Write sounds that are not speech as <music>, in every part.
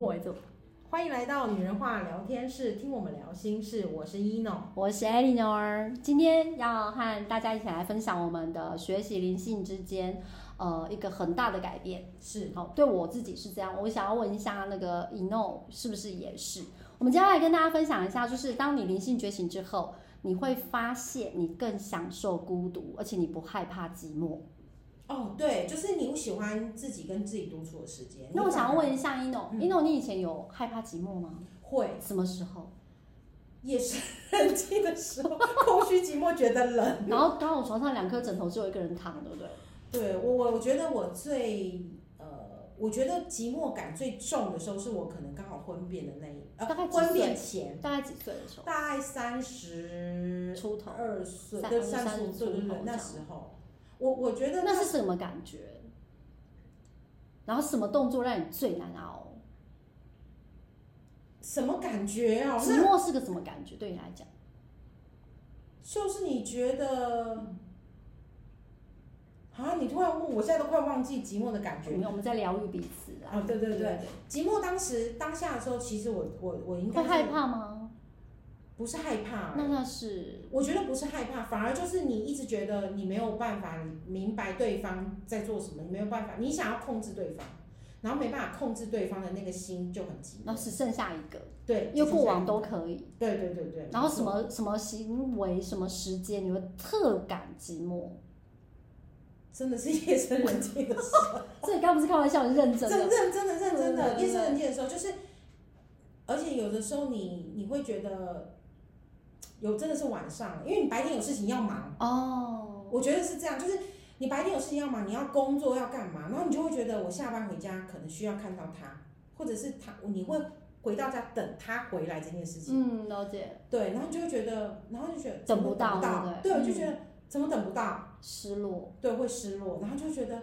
我走，欢迎来到女人话聊天室，听我们聊心事。我是 ino，我是 Eleanor，今天要和大家一起来分享我们的学习灵性之间，呃，一个很大的改变。是好，对我自己是这样，我想要问一下那个 ino 是不是也是？我们接下来跟大家分享一下，就是当你灵性觉醒之后，你会发现你更享受孤独，而且你不害怕寂寞。哦，对，就是你喜欢自己跟自己独处的时间。那我想要问你一下 ino，ino、嗯你以前有害怕寂寞吗？反而会什么时候？夜深人静的时候，空虚寂寞，觉得冷。 <laughs> 然后刚好床上两颗枕头只有一个人躺，对不对？对我，我我觉得我最呃，我觉得寂寞感最重的时候，是我可能刚好婚变的那一呃，大概几岁婚变前，大概几岁的时候？大概三十出头。二岁，三对，二三十五三岁，对出对头对，那这样时候，我我觉得那是什么感觉？然后什么动作让你最难熬？哦什么感觉哦？寂那寞是个什么感觉？对你来讲，就是你觉得啊，你突然问我，现在都快忘记寂寞的感我觉。们我们在疗愈彼此啊。哦，对对对，哦对，寂寞当时当下的时候，其实我我我应该会是害怕吗？不是害怕，那那是我觉得不是害怕，反而就是你一直觉得你没有办法明白对方在做什么，你没有办法，你想要控制对方，然后没办法控制对方的那个心就很寂那寞。只剩下一个，对，因为过往都都可以。对对对对。然后没什错？么什么行为、什么时间，你会特感寂寞？真的是夜深人静的时候，这你刚不是开玩笑，你认真真的。认真的认真对对的对夜深人静的时候，就是，而且有的时候你你会觉得有真的是晚上，因为你白天有事情要忙，哦，我觉得是这样，就是你白天有事情要忙，你要工作要干嘛，然后你就会觉得我下班回家可能需要看到他，或者是他，你会回到家等他回来这件事情，嗯，了解，对，然后就会觉得，然后就觉得等不怎么到等不到，对，对不对嗯我就觉得怎么等不到，失落。对，会失落，然后就觉得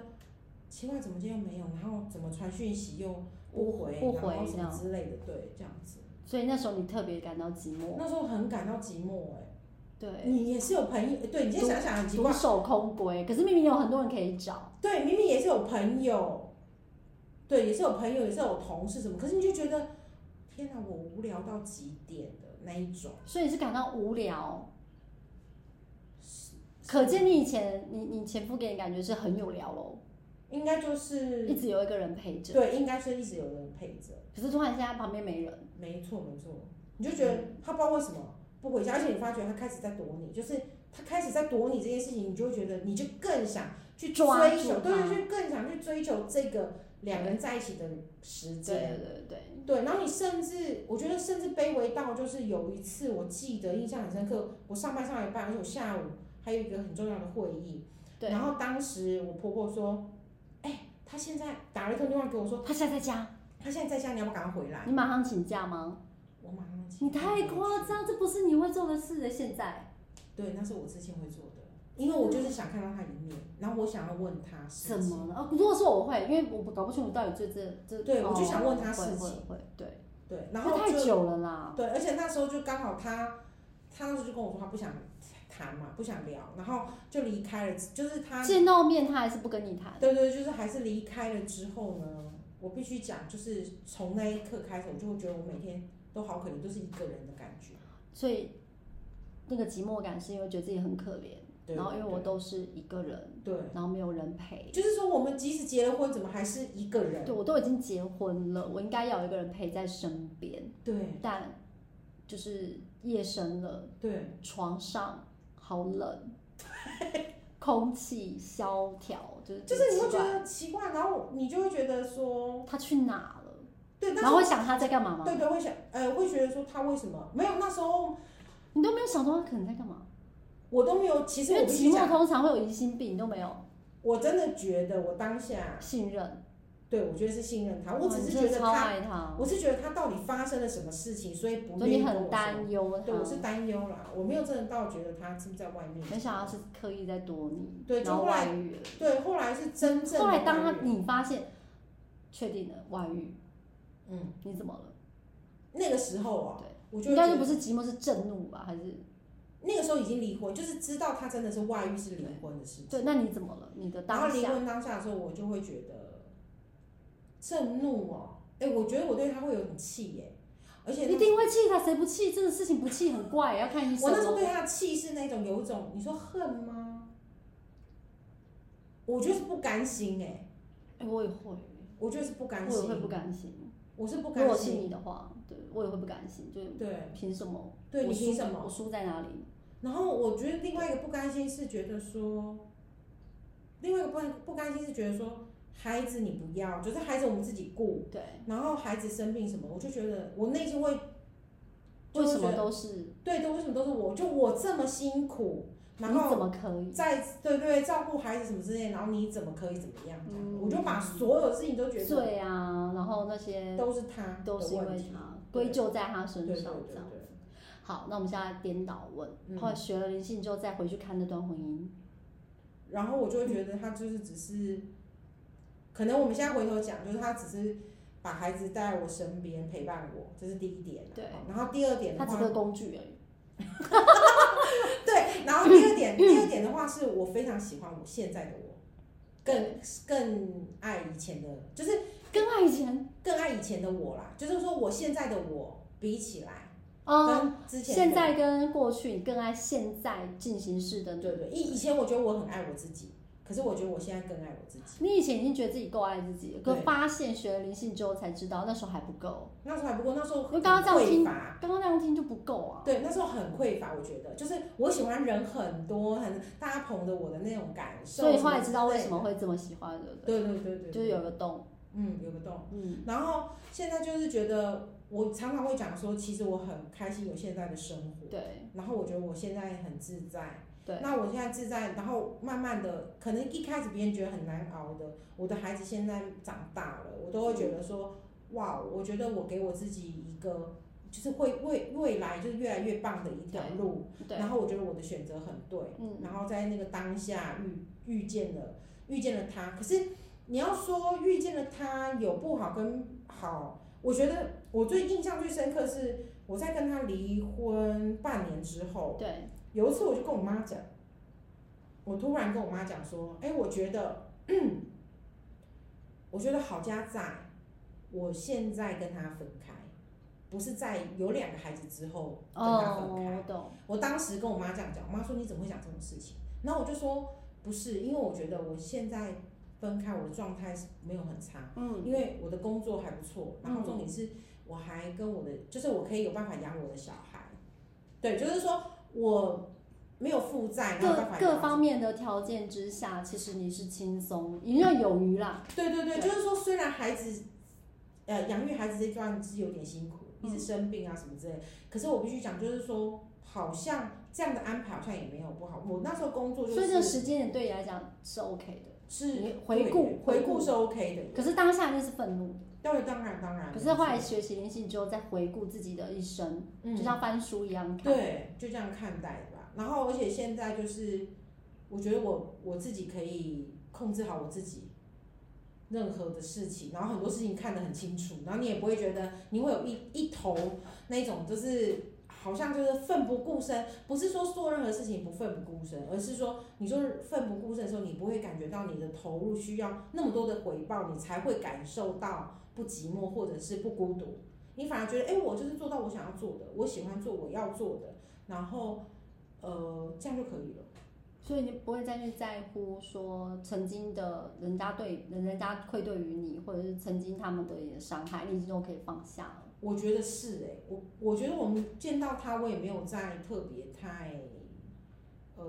奇怪，怎么今天没有，然后怎么传讯息又不回，不回然后什这么样之类的，对，这样子，所以那时候你特别感到寂寞，那时候很感到寂寞、哎，对，你也是有朋友，对你今天想想很奇怪独，守空闺。可是明明有很多人可以找，对，明明也是有朋友，对，也是有朋友，也是有同事什么，可是你就觉得，天哪，我无聊到极点的那一种。所以是感到无聊。可见你以前，你你前夫给你感觉是很有聊喽，应该就是一直有一个人陪着。对，应该是一直有人陪着，可是突然现在旁边没人，没错没错，你就觉得嗯他不知道为什么不回家，而且你发觉他开始在躲你，就是他开始在躲你这件事情，你就会觉得你就更想去追抓住求，对他对，就更想去追求这个两人在一起的时对间。对对对，对，然后你甚至我觉得甚至卑微到就是有一次我记得印象很深刻，我上班上了一半，而且我下午还有一个很重要的会议，对然后当时我婆婆说，哎、她现在打了一通电话给我说，他现在在家，她现在在家，你要不要赶快回来？你马上请假吗？我马上起你太夸床。张，这不是你会做的事的。现在对，那是我之前会做的，因为我就是想看到她一面，然后我想要问她事怎情。么了？哦，如果是我会，因为我不搞不清楚到底这这这，对我就哦想问他会事会情会，对，对，然这后太就久了啦，对，而且那时候就刚好他，他那时候就跟我说他不想谈嘛，不想聊，然后就离开了。就是他，见到面他还是不跟你谈。对对，就是还是离开了之后呢，我必须讲，就是从那一刻开始，我就会觉得我每天都好可怜，都是一个人的感觉。所以那个寂寞感是因为觉得自己很可怜，对，然后因为我对都是一个人，对，然后没有人陪，就是说我们即使结了婚，怎么还是一个人？对我都已经结婚了，我应该要有一个人陪在身边，对但就是夜深了，对，床上好 <laughs> 冷，空气萧条，就是就是你会很奇觉怪，得奇怪，然后你就会觉得说，他去哪了？对，但然是后会想他在干嘛吗？对对会想，呃，会觉得说他为什么没有？那时候你都没有想到他可能在干嘛？我都没有，其实因我为必寂须寞讲，通常会有疑心病，你都没有我真的觉得我当下。信任，对，我觉得是信任啊他，我只是哦哇你觉真的得超他，爱他，我是觉得他到底发生了什么事情，所以不所愿意以你跟我很说。担忧他。对，我是担忧啦，我没有真的到觉得他是不是在外面。没想到是刻意在躲你，对然后就后来外遇了。对，后来是真正的后来当外他遇你发现确定了外遇，嗯你怎么了？那个时候啊，对，我就会应该觉就得不是寂寞，是震怒吧？还是那个时候已经离婚，就是知道他真的是外遇是离婚的事情。对？那你怎么了？你的然后当离下婚当下的时候，我就会觉得震怒哦、哎、我觉得我对他会有点气耶、而且那一定会气他，谁不气？这个事情不气很怪，要看医生。哦我那时候对他的气是那种有一种，你说恨吗？我就是不甘心哎、哎我也会，我就是不甘我也会心，不甘心。我是不如甘果是心。你的话，对我也会不甘心，就对凭什么？对，我你输凭什么？我输在哪里？然后我觉得另外一个不甘心是觉得说，另外一个不甘不甘心是觉得说，孩子你不要，就是孩子我们自己顾，对，然后孩子生病什么，我就觉得我内心会就为会什觉么得都是？对，都为什么都是我，就我这么辛苦，你然后怎么可以？在对对照顾孩子什么之类，然后你怎么可以怎么样？这样嗯我就把所有事情都觉得罪啊，然后那些都是他的都是因问为题，他对归咎在他对身对对上，这样。对。好，那我们现在颠倒问，嗯后来学了灵性之后再回去看那段婚姻，然后我就会觉得他就是只是，可能我们现在回头讲，就是他只是把孩子带在我身边陪伴我，这是第一点。啊对然后第二点它的只是话，个工具而已。对，然后第二点，第二点的话是我非常喜欢我现在的我，更更爱以前的，就是跟爱情更爱以前的我啦。就是说我现在的我比起来，哦，跟之前的现在跟过去，你更爱现在进行式的对对，以以前我觉得我很爱我自己，可是我觉得我现在更爱我自己。你以前已经觉得自己够爱自己了，可对发现学了灵性之后才知道那时候还不够，那时候还不过那时候因为刚刚这样很听匮乏。刚刚那样听就不够啊。对，那时候很匮乏，我觉得就是我喜欢人很多，很大家捧着我的那种感受。所以后来知道为什么。会这么喜欢，对不对对对对，对？就是有个洞，嗯有个洞，嗯，然后现在就是觉得我常常会讲说，其实我很开心有现在的生活，对然后我觉得我现在很自在。对，那我现在自在，然后慢慢的，可能一开始别人觉得很难熬的，我的孩子现在长大了，我都会觉得说，哇，我觉得我给我自己一个，就是会未未来就是越来越棒的一条对路。对，然后我觉得我的选择很对，嗯然后在那个当下遇遇见了遇见了他，可是你要说遇见了他有不好跟好，我觉得我最印象最深刻是我在跟他离婚半年之后，对，有一次我就跟我妈讲，我突然跟我妈讲说，哎，我觉得，我觉得好家在，我现在跟他分开，不是在有两个孩子之后跟他哦，分开。我懂，我当时跟我妈这样讲，我妈说你怎么会讲这种事情？然后我就说不是，因为我觉得我现在分开，我的状态是没有很差，嗯，因为我的工作还不错，然后嗯重点是我还跟我的，就是我可以有办法养我的小孩，对，就是说我没有负债，没有办各法各养。方面的条件之下，其实你是轻松，游刃有余啦。对对对，就对是说虽然孩子，呃，养育孩子这段是有点辛苦，一直嗯生病啊什么之类，可是我必须讲，就是说好像这样的安排好像也没有不好。我那时候工作就是。所以这个时间点对你来讲是 OK 的，是回顾对回回顾顾是 OK 的，可是当下一定是愤怒的。对，当然当然。可是后来学习灵性之后，再回顾自己的一生，嗯就像翻书一样看。对，就这样看待吧。然后而且现在就是，我觉得我我自己可以控制好我自己任何的事情，然后很多事情看得很清楚，然后你也不会觉得你会有一一头那种就是。好像就是奋不顾身，不是说做任何事情不奋不顾身，而是说你说奋不顾身的时候，你不会感觉到你的投入需要那么多的回报，你才会感受到不寂寞或者是不孤独。你反而觉得，哎、我就是做到我想要做的，我喜欢做我要做的，然后呃，这样就可以了。所以你不会再去在乎说曾经的人家对人家愧对于你，或者是曾经他们对你的伤害，你已经都可以放下了。我觉得是哎、我我觉得我们见到他，我也没有再特别太，呃，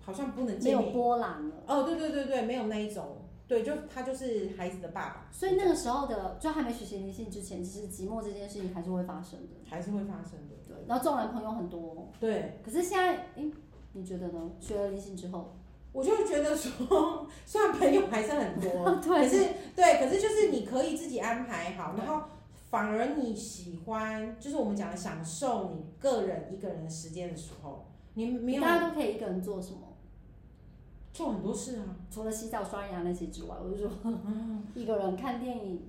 好像不能没见有面。波澜了。哦，对对对对，没有那一种，对，就他就是孩子的爸爸，所以那个时候的，就还没学习灵性之前，其实寂寞这件事情还是会发生的。还是会发生的。对，然后这种人朋友很多，对，可是现在，诶，你觉得呢？学了灵性之后，我就觉得说， <laughs> 虽然朋友还是很多， <laughs> 对可是对，可是就是你可以自己安排好，对然后反而你喜欢，就是我们讲的享受你个人一个人的时间的时候，你没有大家都可以一个人做什么？做很多事啊。除了洗澡、刷牙那些之外，我就说一个人看电影，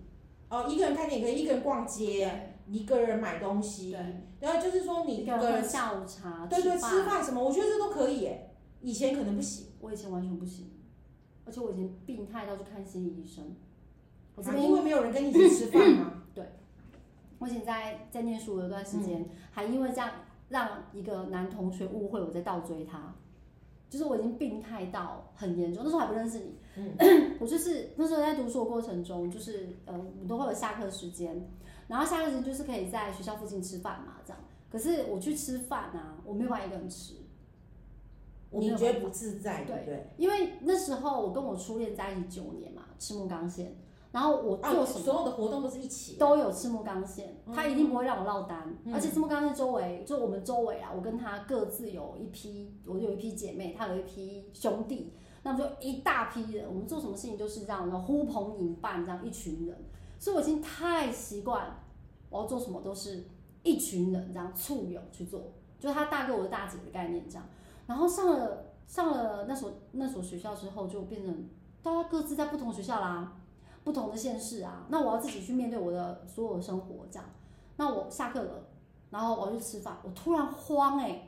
哦，一个人看电影可以，一个人逛街，对，一个人买东西，然后就是说你一一个个人喝人，下午茶，对对，吃饭。饭什么，我觉得这都可以耶。以前可能不行，我以前完全不行，而且我以前病态到去看心理医生。我这啊边因为没有人跟你一起吃饭嘛。我以前在在念书有一段时嗯间，还因为这样让一个男同学误会我在倒追他，就是我已经病态到很严重，那时候还不认识你，嗯 <clears throat> 我就是那时候在读书的过程中，就是呃，我们都会有下课时间，然后下课时间就是可以在学校附近吃饭嘛，这样。可是我去吃饭啊，我没有办法一个人吃， <coughs> 我没你有觉办得法。不自在，对不对？因为那时候我跟我初恋在一起九年嘛，赤木刚宪，然后我啊，做什么？所有的活动都是一起，都有赤木刚宪，嗯他一定不会让我落单。嗯而且赤木刚宪周围，就我们周围啊，我跟他各自有一批，我有一批姐妹，他有一批兄弟，那么就一大批人，我们做什么事情就是这样，然后呼朋引伴，这样一群人。所以我已经太习惯，我要做什么都是一群人这样簇拥去做，就是他大哥我的大姐的概念这样。然后上了上了那所那所学校之后，就变成大家各自在不同学校啦。不同的县市啊，那我要自己去面对我的所有的生活，这样。那我下课了，然后我要去吃饭，我突然慌哎、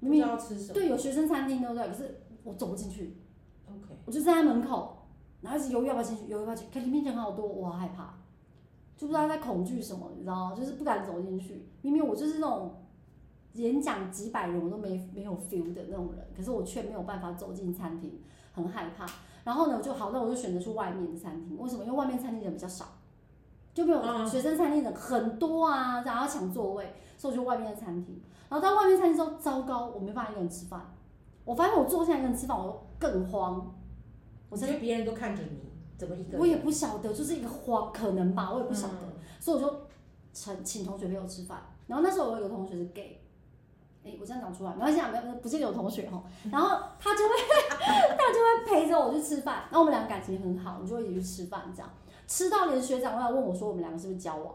不知道吃什么。对，有学生餐厅对不对？可是我走不进去， OK，我就站在门口，然后一直犹豫要不要进去，犹豫要不要进去，可里面人好多，我好害怕，就不知道在恐惧什么，你知道吗？就是不敢走进去。明明我就是那种演讲几百人我都没没有 feel 的那种人，可是我却没有办法走进餐厅，很害怕。然后呢，我就好，那我就选择去外面的餐厅，为什么？因为外面餐厅人比较少，就没有嗯学生餐厅人很多啊，然后要抢座位，所以我就外面的餐厅。然后到外面餐厅之后，糟糕，我没办法一个人吃饭。我发现我坐下来一个人吃饭，我更慌。我我真觉的得别人都看着你，怎么一个人？我也不晓得，就是一个慌，可能吧，我也不晓得，嗯所以我就请请同学陪我吃饭。然后那时候我有一个同学是 gay，哎、我这样讲出来，没关系啊，没有，不是有同学哦。嗯然后他就会 <laughs> 他就会陪着我去吃饭，然后我们俩感情很好，我们就一起去吃饭，这样吃到连学长都来问我说我们两个是不是交往，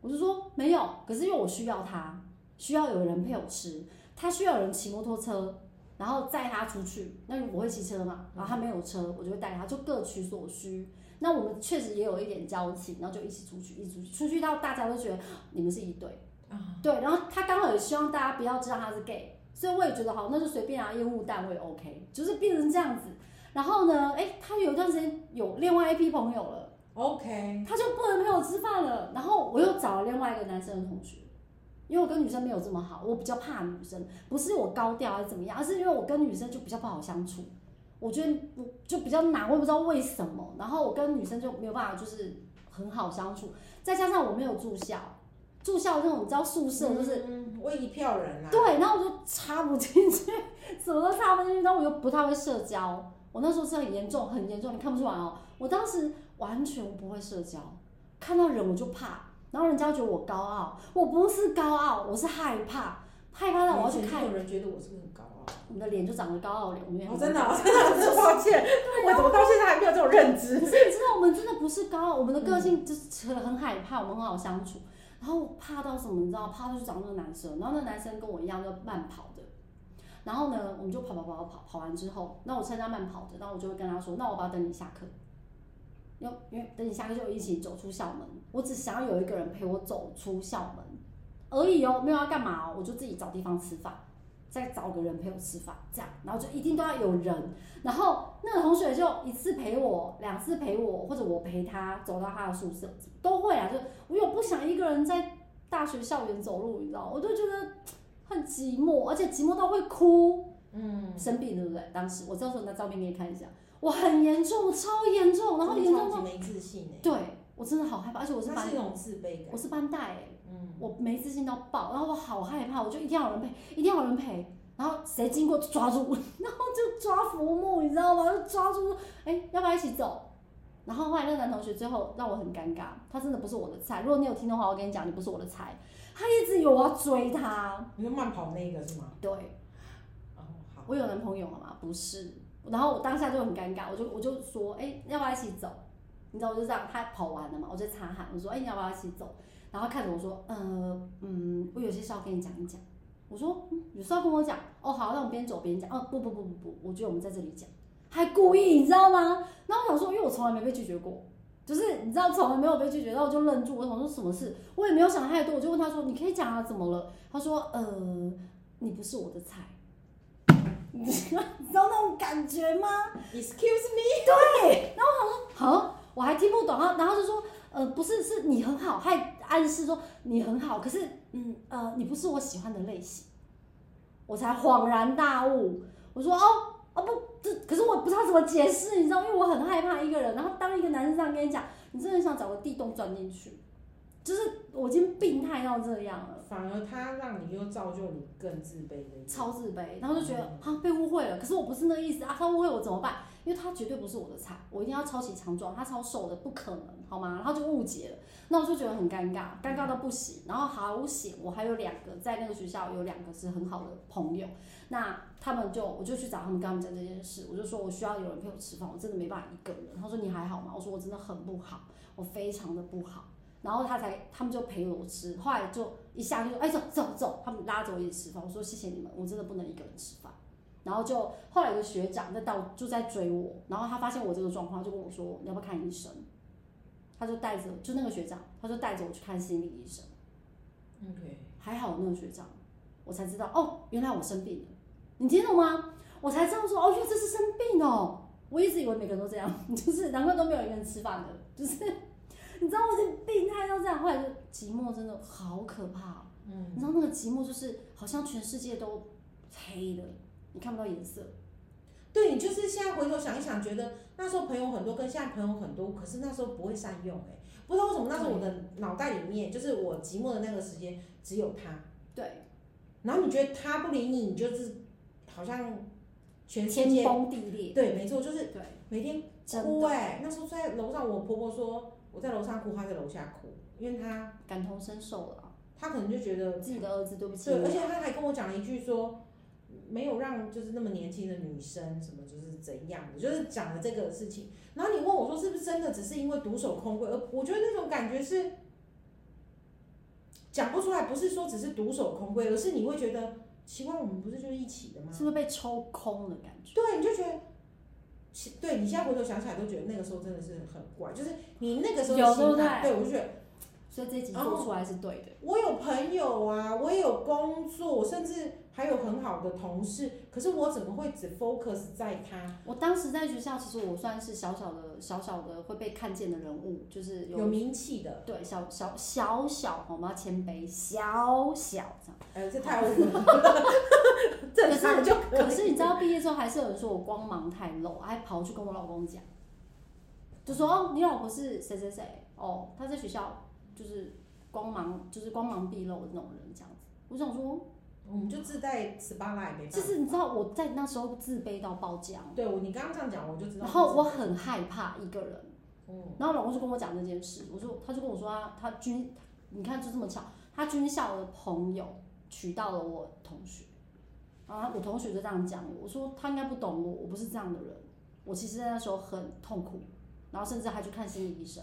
我就说没有，可是因为我需要他，需要有人陪我吃，他需要有人骑摩托车。然后载他出去，那我会骑车嘛，然后他没有车，我就会带他，就各取所需。那我们确实也有一点交情，然后就一起出去，一起出去，出去到大家都觉得你们是一对，啊，对。然后他刚好也希望大家不要知道他是 gay，所以我也觉得好，那就随便啊，烟雾弹我也 OK，就是变成这样子。然后呢，哎，他有一段时间有另外一批朋友了， OK，他就不能陪我吃饭了。然后我又找了另外一个男生的同学，因为我跟女生没有这么好，我比较怕女生，不是我高调还是怎么样，而是因为我跟女生就比较不好相处，我觉得我就比较难，我也不知道为什么。然后我跟女生就没有办法就是很好相处，再加上我没有住校，住校那种你知道宿舍就是嗯啊我一票人啦。对，然后我就插不进去，怎么都插不进去，然后我又不太会社交，我那时候是很严重，很严重，你看不出来哦，我当时完全不会社交，看到人我就怕，然后人家觉得我高傲，我不是高傲，我是害怕，害怕到我要去以前看有人觉得我是不是很高傲？啊我们的脸就长得高傲脸，我们也哦，很真的哦， <laughs> 啊真的，真的抱歉，我怎么到现在还没有这种认知？可是你知道，我们真的不是高傲，我们的个性就是很害怕，我们很好相处。然后我怕到什么，你知道？怕到去找那个男生，然后那个男生跟我一样，就慢跑的。然后呢，我们就跑跑跑跑跑，跑完之后，那我参加慢跑的，那我就会跟他说，那我要不要等你下课？因为因为等你下课就一起走出校门，我只想要有一个人陪我走出校门而已哦，没有要干嘛哦，我就自己找地方吃饭，再找个人陪我吃饭，这样，然后就一定都要有人。然后那个同学就一次陪我，两次陪我，或者我陪他走到他的宿舍，都会啊。就我有不想一个人在大学校园走路，你知道，我就觉得很寂寞，而且寂寞到会哭，嗯，生病对不对？当时我到时候拿照片给你看一下，我很严重，我超严重，然后严重超到级没自信哎，对我真的好害怕，而且我是那班是一种自卑我感。是班带哎、嗯，我没自信到爆，然后我好害怕，我就一定要有人陪，一定要有人陪。然后谁经过就抓住， <laughs> 然后就抓浮木，你知道吗？就抓住，哎，要不要一起走？然后后来那个男同学最后让我很尴尬，他真的不是我的菜。如果你有听的话，我跟你讲，你不是我的菜。他一直以为我要追他，你说慢跑那个是吗？对哦，好，我有男朋友了吗？不是。然后我当下就很尴尬，我就我就说，哎、要不要一起走？你知道，我就这样，他跑完了嘛，我就擦汗，我说，哎、你要不要一起走？然后他看着我说，呃，嗯，我有些事要跟你讲一讲。我说、嗯有事要跟我讲，哦，好，那我们边走边讲。哦，不不不不不，我觉得我们在这里讲，还故意，你知道吗？然后我想说，因为我从来没被拒绝过，就是你知道，从来没有被拒绝，然后我就愣住，我想说什么事，我也没有想太多，我就问他说，你可以讲啊，怎么了？他说，呃，你不是我的菜。你知道那种感觉吗？ Excuse me，啊好，我还听不懂，然后然后就说，呃，不是，是你很好，还暗示说你很好，可是嗯呃，你不是我喜欢的类型，我才恍然大悟，我说哦哦不，这可是我不知道怎么解释，你知道，因为我很害怕一个人，然后当一个男生这样跟你讲，你真的很想找个地洞钻进去，就是我已经病态到这样了。反而他让你又造就你更自卑的一个。超自卑，然后就觉得啊被误会了，可是我不是那个意思啊，他误会我怎么办？因为他绝对不是我的菜，我一定要超级强壮，他超瘦的不可能，好吗？然后就误解了，那我就觉得很尴尬，尴尬到不行。然后好险，我还有两个在那个学校有两个是很好的朋友，那他们就我就去找他们，跟他们讲这件事，我就说我需要有人陪我吃饭，我真的没办法一个人。他说你还好吗？我说我真的很不好，我非常的不好。然后他才，他们就陪我吃，后来就一下就说，哎，走走走，他们拉着我一起吃饭。我说谢谢你们，我真的不能一个人吃饭。然后就后来有个学长在到就在追我，然后他发现我这个状况，就跟我说你要不要看医生？他就带着就那个学长，他就带着我去看心理医生。 OK，还好那个学长，我才知道哦，原来我生病了。你听懂吗？我才知道说哦，原来这是生病哦。我一直以为每个人都这样， <laughs> 就是难怪都没有一个人吃饭的，就是你知道我这病态到这样，后来就寂寞真的好可怕哦、嗯，你知道那个寂寞就是好像全世界都黑了，你看不到颜色。对，你就是现在回头想一想，觉得那时候朋友很多，跟现在朋友很多，可是那时候不会善用、哎，不知道为什么那时候我的脑袋里面，就是我寂寞的那个时间只有他，对，然后你觉得他不理你，你就是好像全世天界崩地裂。对，没错，就是对，每天真哭的哎、那时候在楼上，我婆婆说我在楼上哭，她在楼下哭，因为她感同身受了啊。她可能就觉得自己的儿子对不起对，而你，且他还跟我讲了一句说，没有让就是那么年轻的女生什么就是怎样的，就是讲了这个事情。然后你问我说是不是真的只是因为独守空闺，而我觉得那种感觉是讲不出来，不是说只是独守空闺，而是你会觉得奇怪，我们不是就是一起的吗？是不是被抽空的感觉？对，你就觉得。其对你现在回头想起来都觉得那个时候真的是很怪，就是你那个时候有的心对不态，对我就觉得所以这一集做出来是对的。我有朋友啊，我也有工作，甚至还有很好的同事，可是我怎么会只 focus 在他？我当时在学校，其实我算是小小的、小小的会被看见的人物，就是有有名气的，对小小小小，我们要谦卑，小小这样。哎、这太 over 了， <laughs> 正常就可以。 <laughs> 可是你知道毕业之后，还是有人说我光芒太露，还跑去跟我老公讲，就说哦，你老婆是谁谁谁哦，她在学校就是光芒就是光芒毕露的那种人这样子。我想说，我们就自带 SPA 来没办就法。是你知道我在那时候自卑到爆浆，对我，你刚刚这样讲，我就知道。然后我，很害怕一个人。嗯，然后老公就跟我讲这件事，我说他就跟我说他他军，你看就这么巧，他军校的朋友娶到了我同学，然后我同学就这样讲我，我说他应该不懂我，我不是这样的人，我其实在那时候很痛苦，然后甚至还去看心理医生，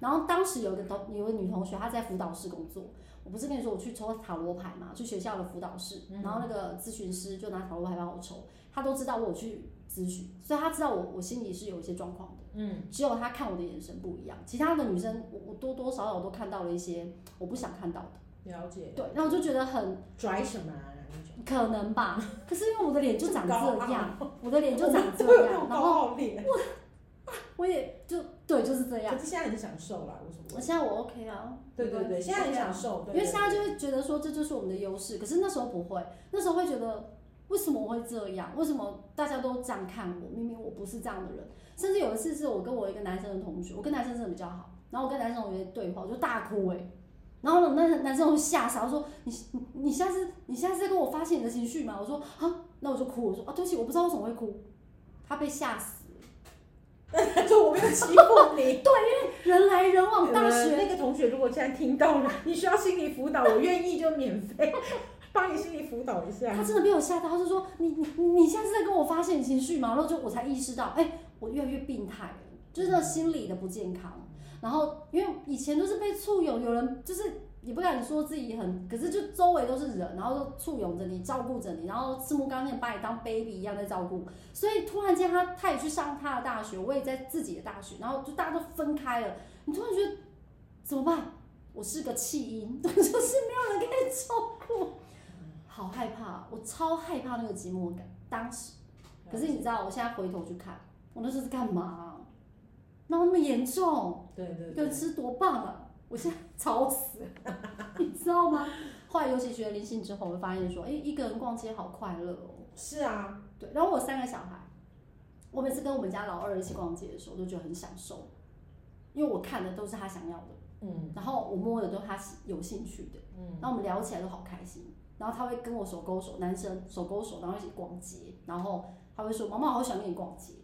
然后当时有一个同有一个女同学她在辅导室工作，我不是跟你说我去抽塔罗牌嘛，去学校的辅导室，嗯然后那个咨询师就拿塔罗牌帮我抽，他都知道我有去咨询，所以他知道我我心里是有一些状况的。嗯只有他看我的眼神不一样，其他的女生我我多多少少都看到了一些我不想看到的，了解。对，那我就觉得很拽什么啊？那种可 <laughs> 能吧，可是因为我的脸就长高这傲样，我的脸就长我这有那 <laughs> 样，种高然后傲脸，我也就对就是这样可，是现在很享受啦，无所我谓。现在我 OK 啊，对对对，现在很享想，受，对因为现在就会觉得说这就是我们的优势，可是那时候不会，那时候会觉得。为什么我会这样？为什么大家都这样看我？明明我不是这样的人。甚至有一次是我跟我一个男生的同学，我跟男生真的比较好，然后我跟男生同学对话，我就大哭哎、然后呢，那男生会吓傻，我说你你你下次你下次再跟我发泄你的情绪嘛？我说啊，那我就哭，我说啊，对不起，我不知道为什么会哭，他被吓死了，对 <laughs> 就我没有欺负你。人来人往，大呃学那个同学如果现在听到了，你需要心理辅导，我愿意就免费帮你心理辅导一他下。真的被我吓到，他就说你你你下次再跟我发泄你情绪嘛，然后就我才意识到，哎、我越来越病态了，就是那心理的不健康。然后因为以前都是被簇拥，有人就是你不敢说自己很，可是就周围都是人，然后就簇拥着你，照顾着你，然后赤木刚宪把你当 baby 一样在照顾。所以突然间他他也去上他的大学，我也在自己的大学，然后就大家都分开了，你突然觉得怎么办？我是个弃婴， <laughs> 就是没有人可以照顾。好害怕，我超害怕那个寂寞感。当时，可是你知道，我现在回头去看，我那时候是干嘛、啊？那那么严重，对对一个对人，吃多棒啊！我现在 <laughs> 吵死了，你知道吗？后来尤其学了灵性之后，我就发现说，哎、一个人逛街好快乐哦。是啊，对，然后我有三个小孩，我每次跟我们家老二一起逛街的时候，我都觉得很享受，因为我看的都是他想要的，嗯然后我摸的都是他喜有兴趣的，嗯，然后我们聊起来都好开心。然后他会跟我手勾手，男生手勾手，然后一起逛街。然后他会说：“妈妈，我好喜欢跟你逛街，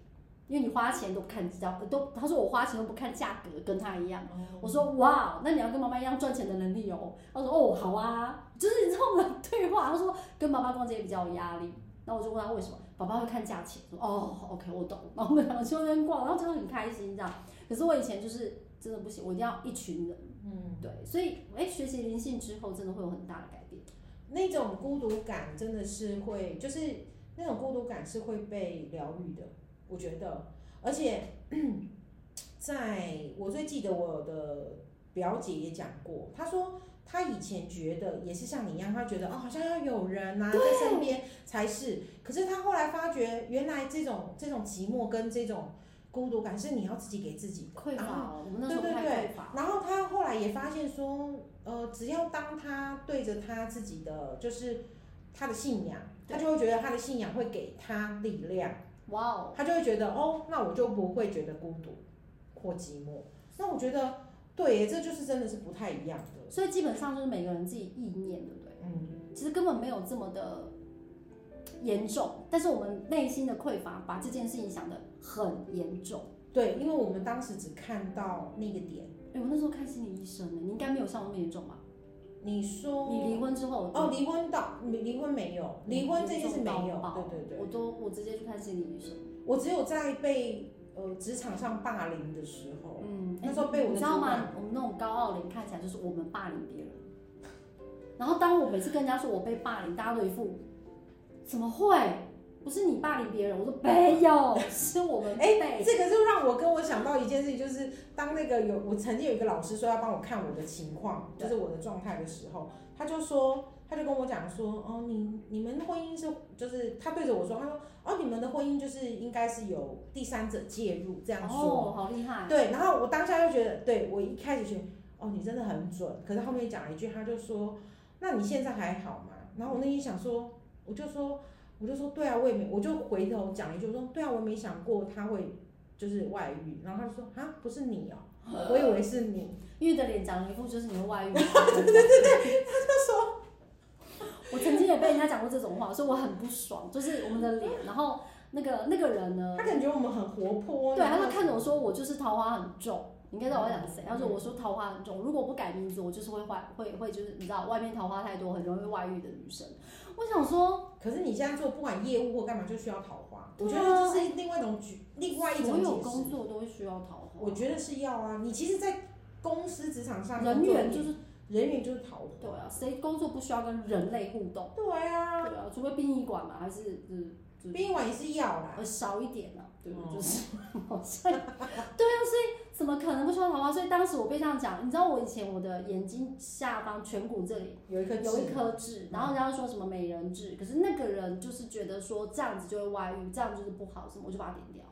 因为你花钱都不看价，呃都他说我花钱都不看价格，跟他一样。”我说哇，那你要跟妈妈一样赚钱的能力哦。他说哦，好啊，就是你知道我们的对话。他说跟爸爸逛街比较有压力，那我就问他为什么，爸爸会看价钱。说哦，OK，我懂。然后我们两个去那边逛，然后真的很开心这样。可是我以前就是真的不行，我一定要一群人。嗯，对，所以哎，学习灵性之后，真的会有很大的改啊变。那种孤独感真的是会，就是那种孤独感是会被疗愈的，我觉得。而且，嗯在我最记得我的表姐也讲过，她说她以前觉得也是像你一样，她觉得哦好像要有人呐、啊、在身边才是，可是她后来发觉，原来这种这种寂寞跟这种孤独感是你要自己给自己匮啊乏哦，我们那时候对对太对匮乏。然后他后来也发现说，呃，只要当他对着他自己的就是他的信仰，他就会觉得他的信仰会给他力量，哇哦，他就会觉得哦，那我就不会觉得孤独或寂寞。那我觉得对耶，这就是真的是不太一样的。所以基本上就是每个人自己意念，对不对？嗯，其实根本没有这么的严重，但是我们内心的匮乏把这件事情想得很严重。对，因为我们当时只看到那个点。哎、我那时候看心理医生呢，你应该没有像我那么严重吧？你说你离婚之后，哦，离婚到离婚没有，离婚这件事没你有中到，爆对对对。我都我直接去看心理医生。我只有在被呃职场上霸凌的时候，嗯，哦那时候被我的你知道主管吗？我们那种高傲脸看起来就是我们霸凌别人。然后当我每次跟人家说我被霸凌，大家都一副怎么会？不是你霸凌别人，我说 <laughs> 没有，是我们被。这个就让我跟我想到一件事情，就是当那个有我曾经有一个老师说要帮我看我的情况，就是我的状态的时候，他就说，他就跟我讲说，哦，你你们的婚姻是就是他对着我说，他说，哦，你们的婚姻就是应该是有第三者介入这样说，哦，好厉害。对，然后我当下就觉得，对我一开始觉得，哦，你真的很准，可是后面讲了一句，他就说，那你现在还好吗？然后我内心想说，我就说，我就说，对啊，我也没，我就回头讲了一句，我说，对啊，我也没想过他会就是外遇，然后他就说，啊，不是你哦、我以为是你，因为你的脸长了一副就是你 <laughs> 会外遇。对对对对，他就说，我曾经也被人家讲过这种话，所以我很不爽，就是我们的脸，然后那个那个人呢他，可能觉得我们很活泼，嗯对，然后他就看着我说我就是桃花很重。你应该知道我在讲谁？嗯他说：“我说桃花很重，如果我不改名字，我就是会坏，会会就是你知道，外面桃花太多，很容易外遇的女生。”我想说，可是你现在做不管业务或干嘛就需要桃花，我对觉啊得这是另外一种举，另外一所种有解工释，作都会需要桃我觉得是要啊，你其实，在公司职场花，上人工作缘就是人员就是桃花。对啊，谁工作不需要跟人类互动？对啊，对啊，除非殡仪馆嘛，还是嗯殡仪馆也是要啦。呃少一点啊，对不对？哦就是好像对啊，所以怎么可能不说桃花？所以当时我被这样讲，你知道我以前我的眼睛下方颧骨这里有一颗有一痣，颗痣，然后人家说什么美人痣，可是那个人就是觉得说这样子就会外遇，这样就是不好什么，我就把它点掉，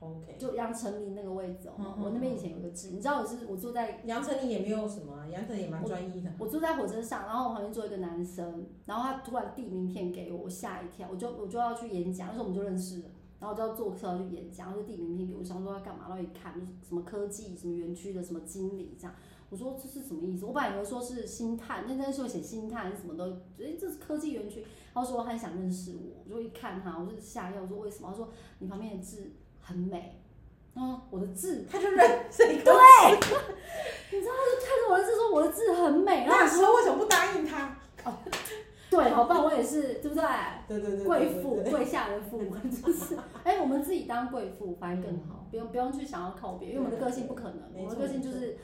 OK。就杨丞琳那个位置哦，嗯嗯我那边以前有个痣，你知道我是我坐在杨丞琳也没有什么啊，杨丞琳也蛮专一的。我坐在火车上，然后我旁边坐一个男生，然后他突然递名片给我，我吓一跳，我就我就要去演讲，那时候我们就认识了，然后我就要坐车去演讲，他就递名片给我，我想说要干嘛，然后一看就是什么科技什么园区的什么经理这样，我说这是什么意思？我本来以为说是星探，那那时候写星探还是什么都，诶，这是科技园区，他说他很想认识我，我就一看他，我就吓一跳，我说为什么？他说你旁边的字很美，然后我的字 <laughs> 他就认这一颗。看着我的字说我的字很美，然后那时候为什么不答应他？对，好棒，我也是，对不对？对对对对，贵对妇、对贵下人妇， <laughs> 就是哎、我们自己当贵妇反而更嗯好，不用不用去想要靠别人，因为我们的个性不可能，没我错们的个性就是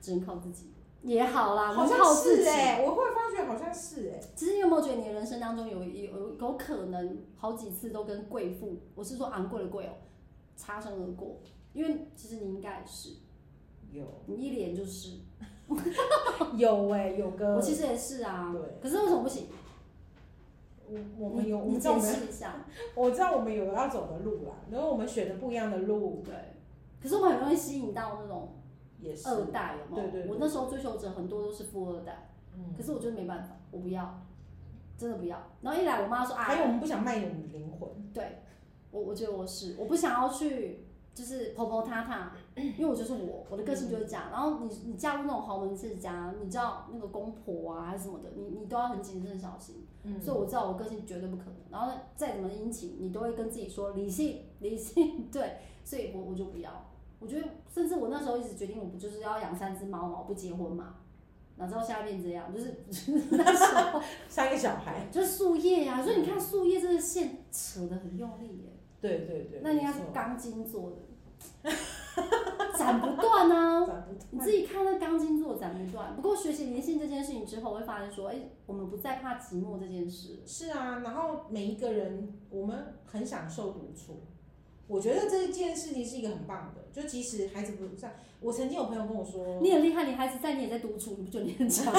只能靠自己也好啦，好我们像靠自是己。哎、我会发觉好像是哎、其实你有没有觉得你的人生当中有有有可能好几次都跟贵妇，我是说昂贵的贵哦，擦身而过？因为其实你应该也是，有你一脸就是，有哎、有个我其实也是啊对，可是为什么不行？我我们有，我你们你知道我解们释一下， <laughs> 我知道我们有要走的路啦，然后我们选的不一样的路，对。可是我们很容易吸引到那种也是，二代有没有？对对对我那时候追求者很多都是富二代，嗯，可是我就是没办法，我不要，真的不要。然后一来我妈说啊，还有我们不想卖我们的灵魂，对我我觉得我是我不想要去就是婆婆塌塌，因为我就是我，我的个性就是这样。然后你你嫁入那种豪门世家，你知道那个公婆啊还是什么的，你你都要很谨慎小心。嗯，所以我知道我个性绝对不可能。然后再怎么殷勤，你都会跟自己说理性，理性，对，所以我我就不要。我觉得，甚至我那时候一直决定，我不就是要养三只猫嘛，我不结婚嘛。哪知道现在变这样，就是就是那时候三个小孩，就是树叶呀、所以你看树叶这个线扯得很用力耶、对对对，那人家没是错钢筋做的， <laughs> 斩不断啊。长不你大自己看那钢筋做斩不断。不过学习灵性这件事情之后，我会发现说，哎、我们不再怕寂寞这件事了。是啊，然后每一个人，我们很享受独处。我觉得这件事情是一个很棒的，就即使孩子不在，我曾经有朋友跟我说，你很厉害，你孩子在，你也在独处，你不觉得你很 <laughs> 强？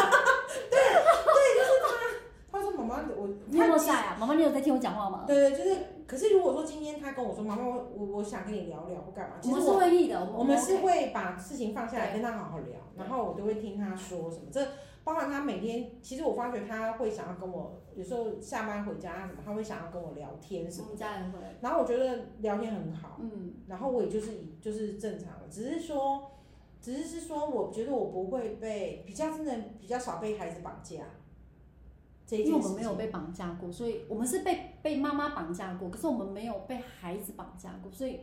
他说妈妈，我你有没有他在啊？妈妈，你有在听我讲话吗？对对，就是，可是如果说今天他跟我说妈妈，我我我想跟你聊聊，或干嘛，我其实们是我会议的，我们是会把事情放下来哦对跟他好好聊，对然后我都会听他说什么，这包含他每天，其实我发觉他会想要跟我，有时候下班回家什么，他会想要跟我聊天什么，我们家人会，然后我觉得聊天很好。嗯，然后我也就是以就是正常的，只是说，只是是说，我觉得我不会被比较真的比较少被孩子绑架，这一因为件我事们情没有被绑架过，所以我们是被被妈妈绑架过，可是我们没有被孩子绑架过，所以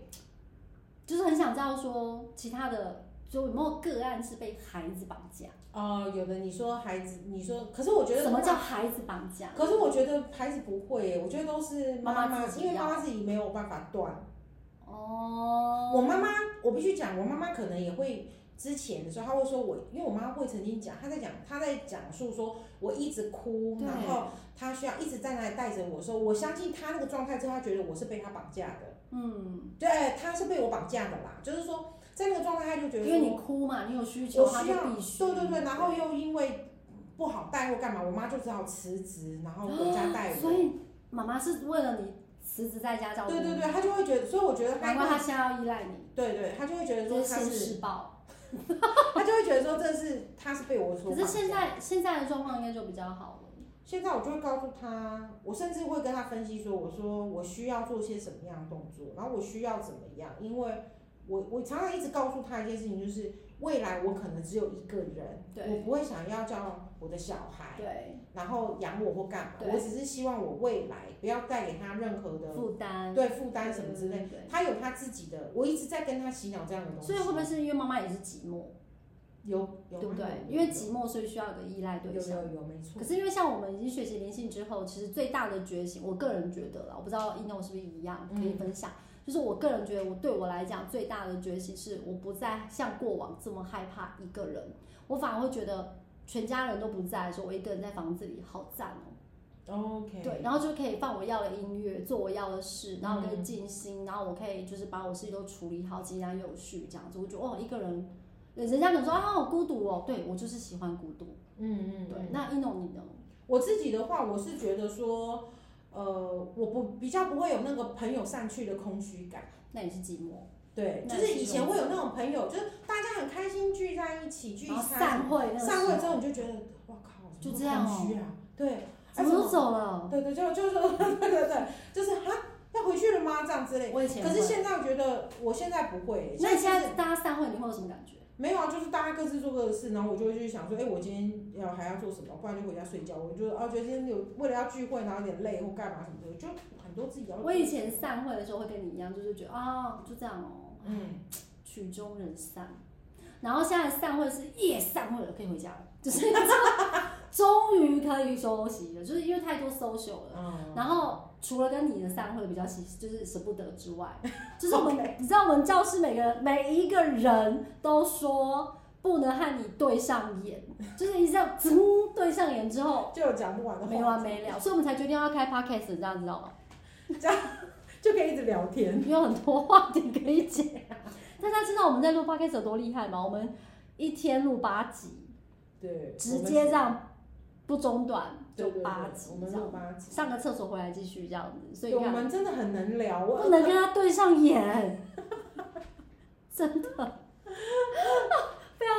就是很想知道说其他的，就有没有个案是被孩子绑架？呃，有的你说孩子，你说，可是我觉得什么叫孩子绑架？可是我觉得孩子不会耶，我觉得都是妈妈妈自己因为要妈妈自己没有办法断。哦，我妈妈，我必须讲，我妈妈可能也会之前的时候，她会说我，因为我妈会曾经讲，她在讲，她在讲述说我一直哭，对然后她需要一直在那里带着我说，我相信她那个状态之后，她觉得我是被她绑架的。嗯，对，他是被我绑架的啦，就是说在那个状态，他就觉得因为你说，哭嘛，你有需求，我他需就要，必须，对对对，然后又因为不好带或干嘛，我妈就只好辞职，然后回家带所我。以妈妈是为了你辞职在家照顾，对对对，他就会觉得，所以我觉得难怪他她，现在要依赖你，对对，他就会觉得就说是他先是，施暴。他就会觉得说这是他是被我所可绑是架。现在现在的状况应该就比较好了。现在我就会告诉他，我甚至会跟他分析说，我说我需要做些什么样的动作，然后我需要怎么样，因为我我常常一直告诉他一件事情，就是未来我可能只有一个人，对我不会想要叫我的小孩，对，然后养我或干嘛，对我只是希望我未来不要带给他任何的负担，对负担什么之类。对。对他有他自己的，我一直在跟他洗脑这样的东对西，所以会不会是因为妈妈也是寂寞，有有对不对？有因为寂寞，所以需要有个依赖有对有象。有有没错可，是因为像我们已经学习灵性之后，其实最大的觉醒，我个人觉得啦，我不知道 ino 是不是一样，可以分嗯享。就是我个人觉得，我对我来讲最大的觉醒是，我不再像过往这么害怕一个人，我反而会觉得全家人都不在的时候，我一个人在房子里好赞哦、 OK，对，然后就可以放我要的音乐，做我要的事，然后可以静心，然后我可以就是把我事情都处理好，井然有序这样子。我觉得哦，一个人，人家可能说啊，我孤独哦，对我就是喜欢孤独。嗯嗯，对，那一农你呢？我自己的话，我是觉得说，呃，我不比较不会有那个朋友散去的空虚感。那也是寂寞，对，那就是是以前一种会有那种朋友，就是大家很开心聚在一起聚然后餐，散会那个散时会哎候之后你就觉得，哇靠，怎就么这样哦空虚啊，对，怎么都走？走了。对对，就就是 <laughs> 对对对，就是啊，要回去了吗？这样之类。我以前可是会现在我觉得，我现在不会、欸那你现就是在大家散会，你会有什么感觉？没有啊，就是大家各自做各的事，然后我就会去想说，哎、我今天要还要做什么，不然就回家睡觉。我就啊，觉得今天有为了要聚会，然后有点累或干嘛什么的，就很多自己要。我以前散会的时候会跟你一样，就是觉得啊，就这样哦，嗯，曲终人散。然后现在散会是夜散会了，可以回家了，就是 <laughs> 终于可以休息了，就是因为太多 social 了。嗯，然后除了跟你的散会比较喜，就是舍不得之外，就是我们你知道我们教室每个人每一个人都说不能和你对上眼，就是一下噌对上眼之 <laughs> 后就有讲不完的话，没完没了，所以我们才决定要开 podcast，你知道知道吗？就可以一直聊天。有很多话题可以讲。大家知道我们在录 podcast 有多厉害吗？我们一天录八集，对，直接这样不中断我就们对对对八集我们这录样，八集，上个厕所回来继续这样子，所以对你我看们真的很能聊。我不能 <laughs> 跟他对上眼，真的。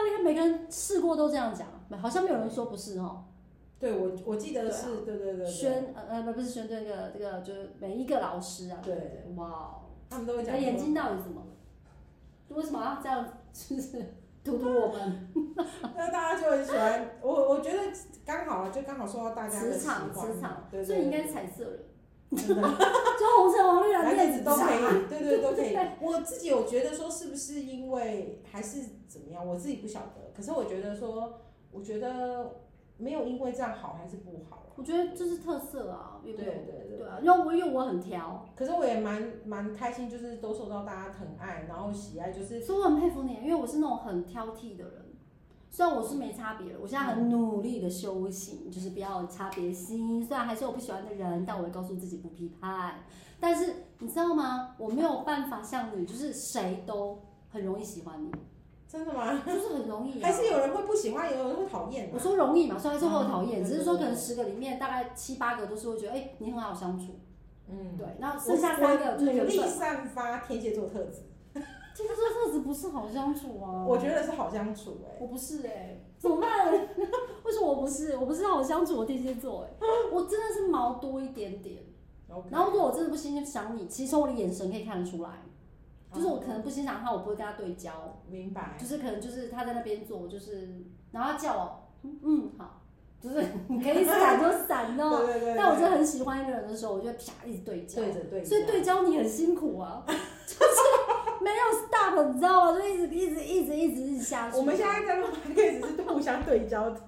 为每个人试过都这样讲，好像没有人说不是哦。对我我记得是，对对对对，宣呃呃不不是宣这个这个就是每一个老师啊，对对哇哦，他们都会你讲的说眼睛到底怎么了？为什么要这样？就是 <laughs> 荼毒我们那大家就很喜欢我，我觉得刚好就刚好说到大家的磁喜欢场，磁场，对对所以应该是彩色的，真的 <laughs> 就红橙黄绿蓝蓝靛靛紫紫都可茶以，对对都可以。我自己有觉得说是不是因为还是怎么样，我自己不晓得。可是我觉得说，我觉得没有因为这样好还是不好啊。我觉得就是特色啊，对有对没有？对。对啊，因为我因为我很挑，可是我也蛮蛮开心，就是都受到大家疼爱，然后喜爱，就是所以我很佩服你，因为我是那种很挑剔的人。虽然我是没差别了，我现在很努力的修行，就是不要有差别心。虽然还是有不喜欢的人，但我会告诉自己不批判。但是你知道吗？我没有办法像你，就是谁都很容易喜欢你，真的吗？就是很容易、<laughs> 啊。还是有人会不喜欢，有人会讨厌我啊。说容易嘛，所以还是会有讨嗯厌，只是说对对可对能十个里面大概七八个都是会觉得，哎、你很好相处。嗯，对，那我剩下三个我就是努缘力分。散发天蝎座特质，天蝎座特质不是好相处啊。我觉得是好相处哎、我不是哎、怎么办？ <laughs> 为什么我不是？我不是好相处我天蝎座哎、我真的是毛多一点点。 OK 然后如果我真的不欣赏你，其实从我的眼神可以看得出来，哦就是我可能不欣赏他，我不会跟他对焦，明白。就是可能就是他在那边做，我就是然后他叫我，嗯嗯好， <laughs> 就是你可以闪就闪对哦。对对对。但我真的很喜欢一个人的时候，我就会啪一直对焦。对着对着，所以对焦你很辛苦 <laughs> 啊，就是没有 stop，你知道吗？就一直一直一直一直一直下去。啊我们现在 <laughs> 在录 podcast 是互相对焦的，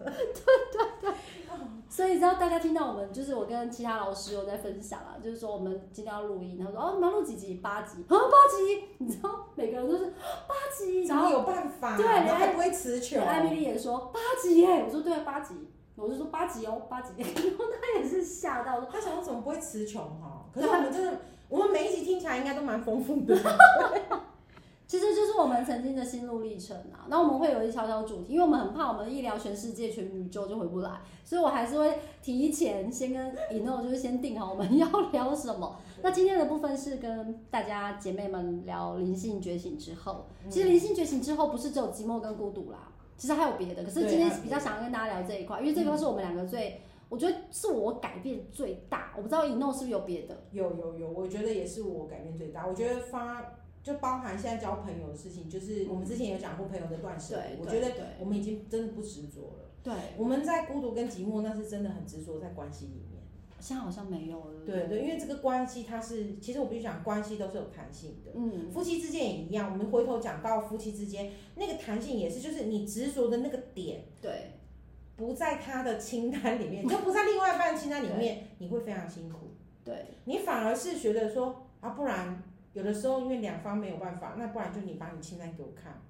所以，只要大家听到我们，就是我跟其他老师有在分享啊，就是说我们今天要录音，他说哦，你们要录几集？八集啊，八集，你知道每个人都是啊八集，怎然么后有办法？对然后连还不会持久。艾米丽也说八集耶、我说对啊，八集，我就说八集哦，八集，然 <laughs> 后他也是吓到说，他想我怎么不会词穷哈？可对是我们真的，我们每一集听起来应该都蛮丰富的。 <laughs> 其实就是我们曾经的心路历程啊。那我们会有一小小主题，因为我们很怕我们一聊全世界、全宇宙就回不来，所以我还是会提前先跟 Ino 就是先定好我们 <laughs> 要聊什么。那今天的部分是跟大家姐妹们聊灵性觉醒之后，嗯其实灵性觉醒之后不是只有寂寞跟孤独啦，其实还有别的。可是对今天还有嗯比较想要跟大家聊这一块，因为这一块是我们两个最，我觉得是我改变最大。我不知道 Ino 是不是有别的，嗯有有有，我觉得也是我改变最大。我觉得发就包含现在交朋友的事情，就是我们之前有讲过朋友的断舍对离，，我对觉得对我们已经真的不执着了。对，我们在孤独跟寂寞那是真的很执着在关系里面。现在好像没有了，对对，因为这个关系它是，其实我必须讲，关系都是有弹性的。嗯。夫妻之间也一样，我们回头讲到夫妻之间那个弹性也是，就是你执着的那个点对，不在他的清单里面，就不在另外一半清单里面，你会非常辛苦。对，你反而是觉得说啊，不然有的时候因为两方没有办法，那不然就你把你清单给我看，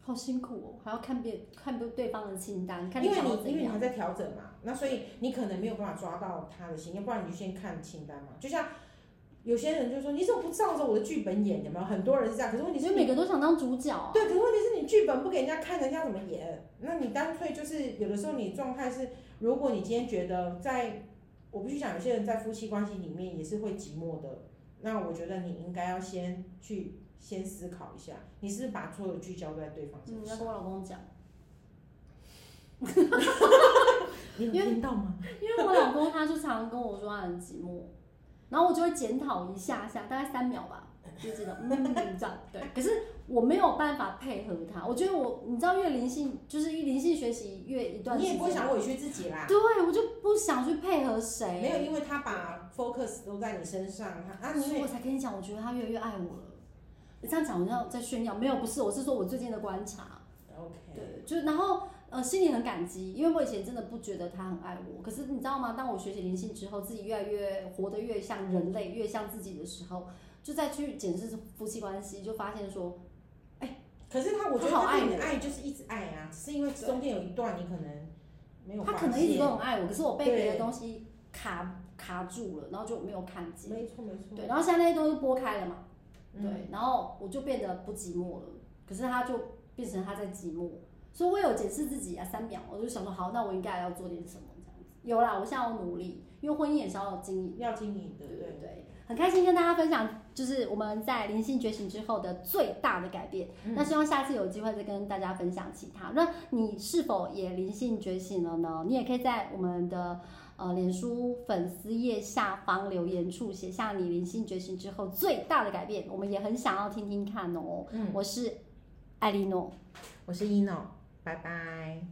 好辛苦哦，还要看别看对对方的清单，看因为想要你因怎为你还样。在调整嘛，那所以你可能没有办法抓到他的心，要不然你就先看清单嘛。就像有些人就说你怎么不照着我的剧本演？有没有很多人是这样？可是问题你是就每个都想当主角啊、对，可是问题是你剧本不给人家看，人家怎么演？那你干脆就是有的时候你状态是，如果你今天觉得在，我必须讲，有些人在夫妻关系里面也是会寂寞的。那我觉得你应该要先去先思考一下，你是不是把所有的聚焦都在对方嗯，身要上？跟我老 <laughs> 公讲，你有因为听到吗？因为我老公他就常常跟我说他很寂寞，然后我就会检讨一下下，大概三秒吧，就知道嗯这样对。可是我没有办法配合他，我觉得我你知道越灵性就是越灵性学习越一段你时也不会间，想委屈自己啦。对我就不想去配合谁，没有，因为他把 focus 都在你身上，他啊，所你以也我才跟你讲，我觉得他越来越爱我了。你这样讲，我像在炫耀，没有，不是，我是说我最近的观察。 OK，对，就是然后呃，心里很感激，因为我以前真的不觉得他很爱我。可是你知道吗？当我学习灵性之后，自己越来越活得越像人类，越像自己的时候，就再去检视夫妻关系，就发现说，可是他我觉得他好他对你爱的爱就是一直爱啊，只是因为对中间有一段你可能没有他发可能一直现都很爱我，可是我被别的对东西卡卡住了，然后就没有看见。没错没错，对，然后现在那些东西拨开了嘛，嗯对，然后我就变得不寂寞了。可是他就变成他在寂寞，所以我有检视自己啊，三秒，我就想说，好，那我应该要做点什么这样子。有啦，我现在有努力，因为婚姻也是要有经营。要经营的，对对对。对，很开心跟大家分享，就是我们在灵性觉醒之后的最大的改变。嗯那希望下次有机会再跟大家分享其他。那你是否也灵性觉醒了呢？你也可以在我们的呃脸书粉丝页下方留言处写下你灵性觉醒之后最大的改变，我们也很想要听听看哦。嗯，我是艾莉诺。我是一诺，拜拜。